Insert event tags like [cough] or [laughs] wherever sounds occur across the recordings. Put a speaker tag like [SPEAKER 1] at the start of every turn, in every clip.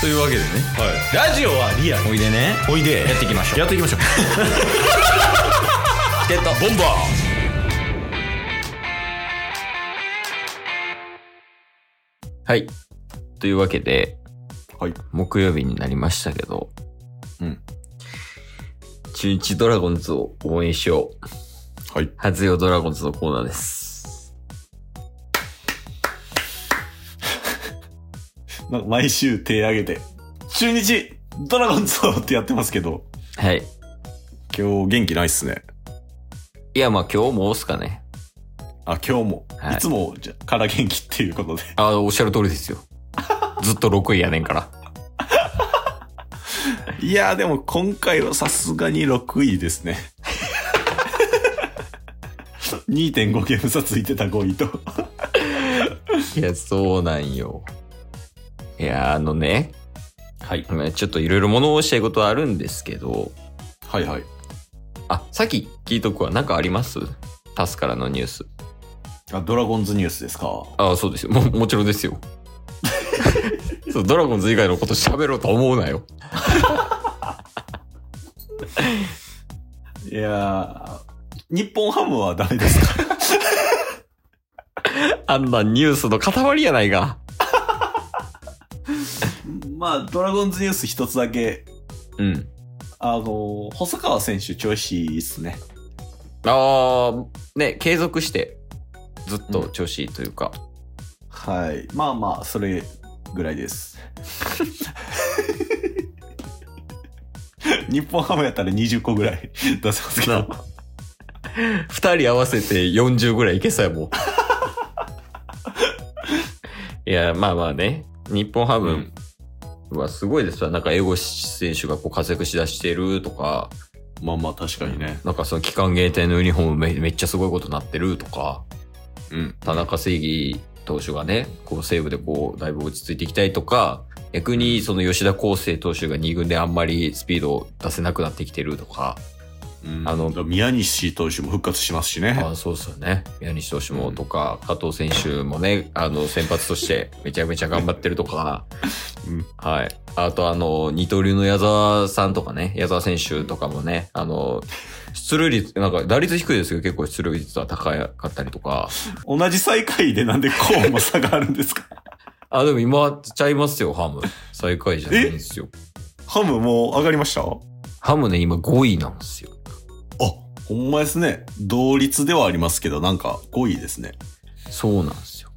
[SPEAKER 1] というわけでね
[SPEAKER 2] ラジオはリアル
[SPEAKER 1] おいでね
[SPEAKER 2] おいで
[SPEAKER 1] やっていきましょう
[SPEAKER 2] やってい
[SPEAKER 1] [laughs]
[SPEAKER 2] きましょう
[SPEAKER 1] チケットボンバーはいというわけで
[SPEAKER 2] はい
[SPEAKER 1] 木曜日になりましたけど
[SPEAKER 2] うん
[SPEAKER 1] 中日ドラゴンズを応援しよう
[SPEAKER 2] はい
[SPEAKER 1] 初用ドラゴンズのコーナーです
[SPEAKER 2] なんか毎週手挙げて中日ドラゴンズをってやってますけど
[SPEAKER 1] はい
[SPEAKER 2] 今日元気ないっすね
[SPEAKER 1] いやまあ今日も押すかね
[SPEAKER 2] あ今日も、
[SPEAKER 1] はい
[SPEAKER 2] い、つもじゃから元気っていうこと [laughs] で
[SPEAKER 1] あおっしゃる通り [laughs] ですよずっと6位やねんから
[SPEAKER 2] いやーでも今回はさすがに6位です [laughs] ね2.5ゲーム差ついてた5位と
[SPEAKER 1] いや、そうなんよ。いや、あのね、
[SPEAKER 2] はい
[SPEAKER 1] まあちょっといろいろ物申したいことはあるんですけど、
[SPEAKER 2] はいはい
[SPEAKER 1] あ、さっき聞いとくわ。なんかありますタスからのニュース。
[SPEAKER 2] あドラゴンズニュースですか
[SPEAKER 1] あそうですよ。も、もちろんですよ。 [laughs] そう、ドラゴンズ以外のこと喋ろうと思うなよ。
[SPEAKER 2] いやー日本ハムはダメですか
[SPEAKER 1] あんなニュースの塊やないか。
[SPEAKER 2] [laughs] まあドラゴンズニュース一つだけ
[SPEAKER 1] うん。
[SPEAKER 2] あのー細川選手調子いいっすね
[SPEAKER 1] あー、ね、継続して、ずっと調子いいというか。
[SPEAKER 2] はいまあまあそれぐらいです [laughs] 日本ハムやったら20個ぐらい [laughs] 出せますけど
[SPEAKER 1] 二人合わせて40ぐらいいけそうやも [laughs] う。いや、まあまあね。日本ハムはすごいですわ。なんか、エゴシ選手がこう活躍しだしてるとか、
[SPEAKER 2] まあまあ確かにね
[SPEAKER 1] なんかその期間限定のユニフォームめめっちゃすごいことになってるとか、
[SPEAKER 2] うん
[SPEAKER 1] 田中正義投手がね、こう西武でこう、だいぶ落ち着いていきたいとか、逆にその吉田康生投手が2軍であんまりスピードを出せなくなってきてるとか、
[SPEAKER 2] うん
[SPEAKER 1] あの
[SPEAKER 2] 宮西投手も復活しますしね
[SPEAKER 1] あそうですよね。宮西投手もとか、加藤選手もね、あの、先発としてめちゃめちゃ頑張ってるとか、
[SPEAKER 2] うん
[SPEAKER 1] はい。あと、あの、二刀流の矢沢さんとかね、矢沢選手とかもね、あの、出塁率、なんか打率低いですけど、結構出塁率は高かったりとか、
[SPEAKER 2] 同じ最下位でなんでこうも差があるんですか
[SPEAKER 1] あ、でも今、ちゃいますよ、ハム。最下位じゃないんですよ。
[SPEAKER 2] [laughs] ハムもう上がりましたあ
[SPEAKER 1] ハムね、今5位なんですよ。
[SPEAKER 2] ほんまですね同率ではありますけどなんか5位ですね
[SPEAKER 1] そうなんですよ。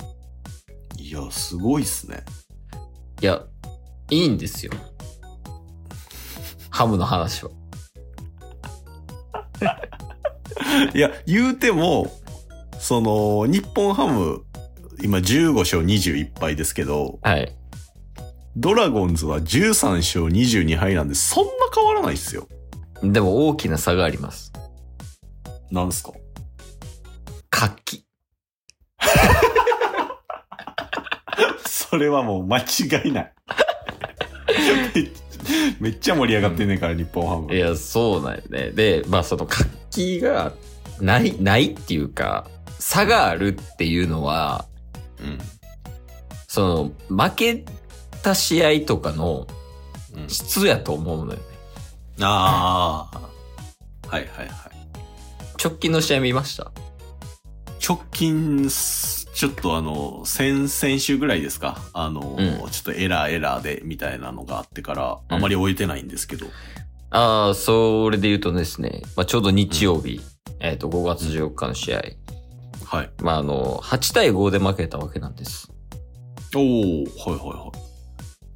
[SPEAKER 2] いやすごいっすね
[SPEAKER 1] いや、いいんですよ。ハムの話は。
[SPEAKER 2] いや、言うても、その、日本ハム、今15勝21敗ですけど、
[SPEAKER 1] はい。
[SPEAKER 2] ドラゴンズは13勝22敗なんで、そんな変わらないっすよ。
[SPEAKER 1] でも大きな差があります。
[SPEAKER 2] なんすか
[SPEAKER 1] 活気。
[SPEAKER 2] それはもう間違いない。 [laughs] めっめっちゃ盛り上がってんねんから、日本ハム。
[SPEAKER 1] いや、そうなんよね。で、まあその活気がない、ないっていうか、差があるっていうのは、
[SPEAKER 2] うん。
[SPEAKER 1] その負けた試合とかの
[SPEAKER 2] うん、
[SPEAKER 1] 質やと思うのよね。
[SPEAKER 2] ああ。はいはいはい。
[SPEAKER 1] 直近の試合見ました
[SPEAKER 2] 直近す、ちょっとあの、先々週ぐらいですかあの、
[SPEAKER 1] うん
[SPEAKER 2] ちょっとエラーエラーでみたいなのがあってから、
[SPEAKER 1] うん
[SPEAKER 2] あまり終えてないんですけど。
[SPEAKER 1] ああ、それで言うとですね、まあちょうど日曜日、えっ、と5月14日の試合、
[SPEAKER 2] はい。
[SPEAKER 1] まああの、8対5で負けたわけなんです。
[SPEAKER 2] おおはいは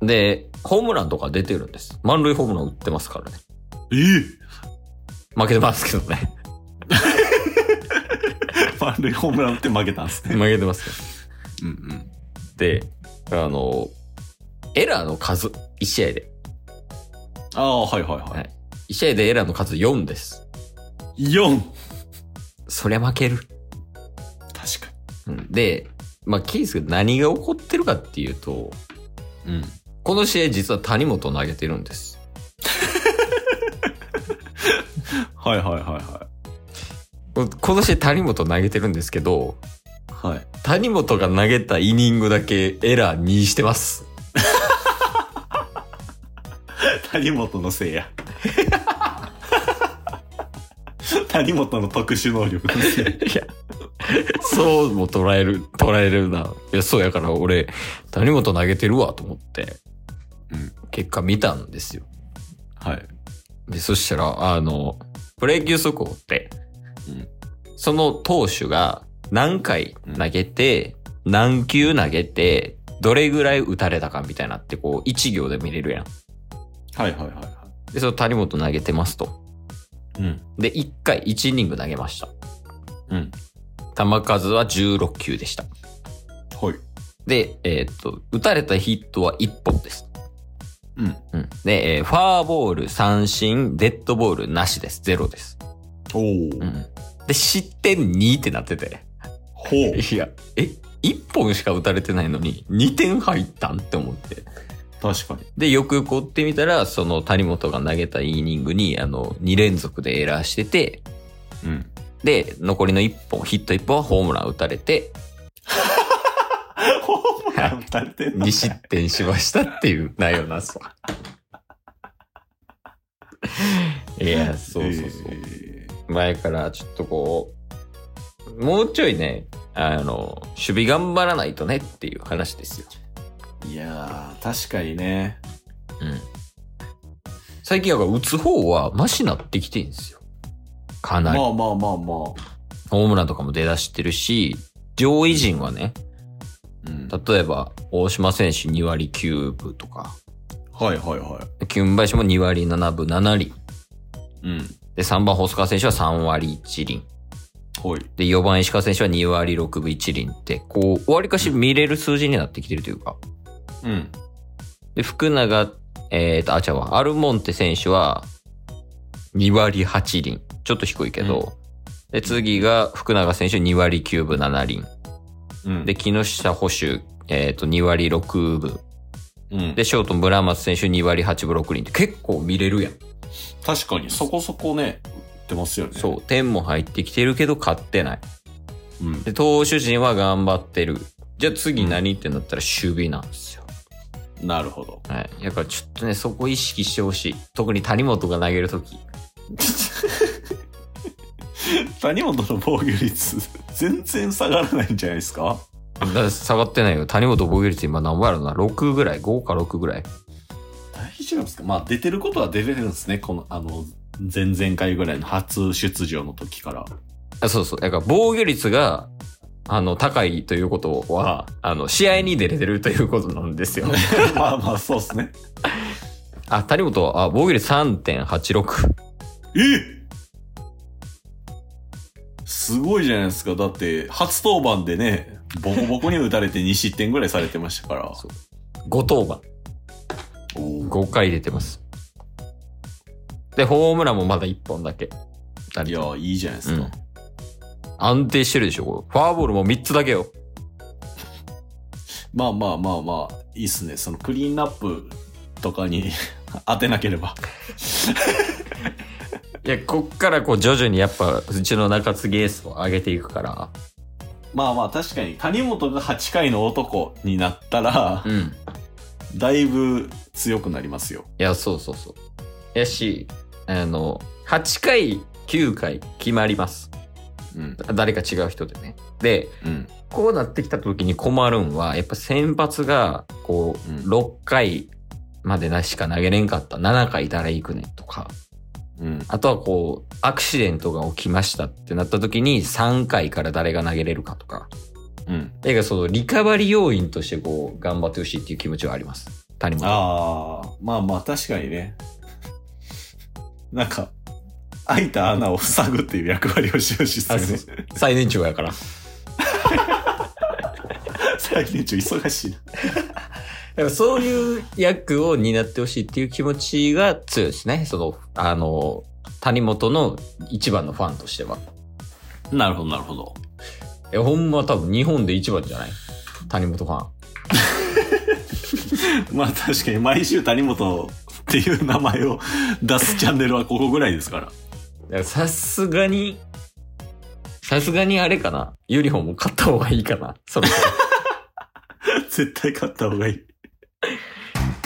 [SPEAKER 1] で、ホームランとか出てるんです。満塁ホームラン打ってますからね。
[SPEAKER 2] いはい。え
[SPEAKER 1] 負けてますけどね。
[SPEAKER 2] え満塁ホームラン打って負けたんですね。
[SPEAKER 1] 負けてますけど。
[SPEAKER 2] うんうん。
[SPEAKER 1] で、あの、エラーの数、1試合で。
[SPEAKER 2] ああ、はいはい
[SPEAKER 1] は
[SPEAKER 2] はい
[SPEAKER 1] 1試合でエラーの数4です。
[SPEAKER 2] い。4! 確
[SPEAKER 1] そりゃ負ける。
[SPEAKER 2] か
[SPEAKER 1] うんで、まあ、ケースが何が起こってるかっていうと、
[SPEAKER 2] に。うん。
[SPEAKER 1] この試合実は谷本投げてるんです。
[SPEAKER 2] はいはいはいは
[SPEAKER 1] この試合谷本投げてるんですけど、
[SPEAKER 2] い。はい。
[SPEAKER 1] 谷本が投げたイニングだけエラー2してます。
[SPEAKER 2] 谷本のせい
[SPEAKER 1] [laughs]
[SPEAKER 2] や。谷本の特殊能力のせい。
[SPEAKER 1] [laughs] そうも捉える、捉えるな。いや、そうやから俺、谷本投げてるわと思って、
[SPEAKER 2] うん
[SPEAKER 1] 結果見たんですよ。
[SPEAKER 2] はい。
[SPEAKER 1] で、そしたら、あの、プロ野球速報って、
[SPEAKER 2] うん
[SPEAKER 1] その投手が何回投げて、何球投げて、どれぐらい打たれたかみたいなって、こう、1行で見れるやん。
[SPEAKER 2] はいはいはいは
[SPEAKER 1] で、その谷本投げてますと。
[SPEAKER 2] い。うん。
[SPEAKER 1] で、1回1イニング投げました。
[SPEAKER 2] うん。
[SPEAKER 1] 球数は16球でした。
[SPEAKER 2] はい。
[SPEAKER 1] で、えーっと、打たれたヒットは1本です。
[SPEAKER 2] うん。
[SPEAKER 1] うん。で、えーファーボール、三振、デッドボールなしです。ゼロです。
[SPEAKER 2] おお、
[SPEAKER 1] うん。で、失点2ってなってて。
[SPEAKER 2] ほう。
[SPEAKER 1] いや、え、1本しか打たれてないのに2点入ったんって思って。
[SPEAKER 2] 確かに。
[SPEAKER 1] で、よくよく追ってみたら、その谷本が投げたイニングに、あの、2連続でエラーしてて、
[SPEAKER 2] うん。
[SPEAKER 1] で、残りの1本、ヒット1本はホームラン打たれて、
[SPEAKER 2] [laughs] ホームラン打たれてんの
[SPEAKER 1] 2失点しましたっていう内容なんですわ。 [laughs] いや、そうそうそう。
[SPEAKER 2] えー
[SPEAKER 1] 前からちょっとこう、もうちょいね、あの、守備頑張らないとねっていう話ですよ。
[SPEAKER 2] いやー、確かにね。
[SPEAKER 1] うん。最近は打つ方はマシになってきてるんですよ。か
[SPEAKER 2] ま
[SPEAKER 1] な
[SPEAKER 2] あ
[SPEAKER 1] り。
[SPEAKER 2] まあまあま
[SPEAKER 1] ホームランとかも出だしてるし、上位陣はね、
[SPEAKER 2] あ。うん、
[SPEAKER 1] 例えば大島選手2割9分とか、
[SPEAKER 2] はいはいは
[SPEAKER 1] キュンバイシも2割7分7厘。
[SPEAKER 2] い。うん。
[SPEAKER 1] で、3番細川選手は3割1厘。
[SPEAKER 2] はい。
[SPEAKER 1] で、4番石川選手は2割6分1厘って、こう、わりかし見れる数字になってきてるというか。
[SPEAKER 2] うん。
[SPEAKER 1] で、福永、えーと、あ、違うわ、アルモンテ選手は、2割8厘。ちょっと低いけど。で、次が福永選手2割9分7厘。
[SPEAKER 2] うん。
[SPEAKER 1] で、木下捕手、えーと、2割6分。
[SPEAKER 2] うん、
[SPEAKER 1] で、ショート村松選手2割8分6厘って結構見れるやん。
[SPEAKER 2] 確かにそこそこね、売ってますよね。
[SPEAKER 1] そう。点も入ってきてるけど勝ってない。
[SPEAKER 2] う。ん。
[SPEAKER 1] で、投手陣は頑張ってる。じゃあ次何ってなったら守備なんですよ。
[SPEAKER 2] なるほど。 [laughs]
[SPEAKER 1] はい。だからちょっとね、そこ意識してほしい。特に谷本が投げるとき。
[SPEAKER 2] 谷本の防御率、全然下がらないんじゃないですか
[SPEAKER 1] だから下がってないよ。谷本防御率今何倍やろな ?6 ぐらい ?5 か6ぐらい。
[SPEAKER 2] 大丈夫ですかまあ出てることは出てるんですね。この、あの、前々回ぐらいの初出場の時から。
[SPEAKER 1] あそうそう。だから防御率が、あの、高いということは、あの、試合に出れてるということなんですよ。
[SPEAKER 2] [laughs] まあまあ、そうですね。
[SPEAKER 1] あ、谷本は、あ、防御率3.86。
[SPEAKER 2] えすごいじゃないですか。だって、初登板でね、ボコボコに打たれて2失点ぐらいされてましたから。
[SPEAKER 1] そ5登板。
[SPEAKER 2] おー
[SPEAKER 1] 5回出てます。で、ホームランもまだ1本だけ。
[SPEAKER 2] いや、いいじゃないですか。
[SPEAKER 1] 安定してるでしょ、これフォアボールも3つだけよ。
[SPEAKER 2] まあまあまあまあ、いいっすね。そのクリーンナップとかに [laughs] 当てなければ。
[SPEAKER 1] いや、こっからこう徐々にやっぱ、うちの中継ゲースを上げていくから。
[SPEAKER 2] まあまあ確かに、谷本が8回の男になったら
[SPEAKER 1] う、ん。
[SPEAKER 2] だいぶ強くなりますよ。
[SPEAKER 1] いや、そうそうそう。やし、あの、8回、9回決まります。
[SPEAKER 2] うん。
[SPEAKER 1] 誰か違う人でね。で、
[SPEAKER 2] うん。
[SPEAKER 1] こうなってきた時に困るんは、やっぱ先発が、こう、
[SPEAKER 2] うん
[SPEAKER 1] 6回までなしか投げれんかった。7回誰行くねんとか。
[SPEAKER 2] うん。
[SPEAKER 1] あとはこう、アクシデントが起きましたってなった時に、3回から誰が投げれるかとか。
[SPEAKER 2] うん。
[SPEAKER 1] だからその、リカバリー要員としてこう、頑張ってほしいっていう気持ちはあります。谷本。
[SPEAKER 2] ああ、まあまあ確かにね。 [laughs] なんか、開いた穴を塞ぐっていう役割をしてほしい
[SPEAKER 1] あ
[SPEAKER 2] で
[SPEAKER 1] そう
[SPEAKER 2] す
[SPEAKER 1] そ
[SPEAKER 2] よ
[SPEAKER 1] う
[SPEAKER 2] ね。
[SPEAKER 1] 最年長やから。
[SPEAKER 2] 最年長忙しいな。
[SPEAKER 1] だからそういう役を担ってほしいっていう気持ちが強いですね。その、あの、谷本の一番のファンとしては。
[SPEAKER 2] なるほど、なるほど。
[SPEAKER 1] え、ほんま多分日本で一番じゃない谷本ファン。
[SPEAKER 2] まあ確かに毎週谷本っていう名前を出すチャンネルはここぐらいですから。
[SPEAKER 1] だからさすがに、さすがにあれかなユニフォーム買った方がいいかなそろそろ
[SPEAKER 2] 絶対買った方がいい。
[SPEAKER 1] [laughs]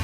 [SPEAKER 3] す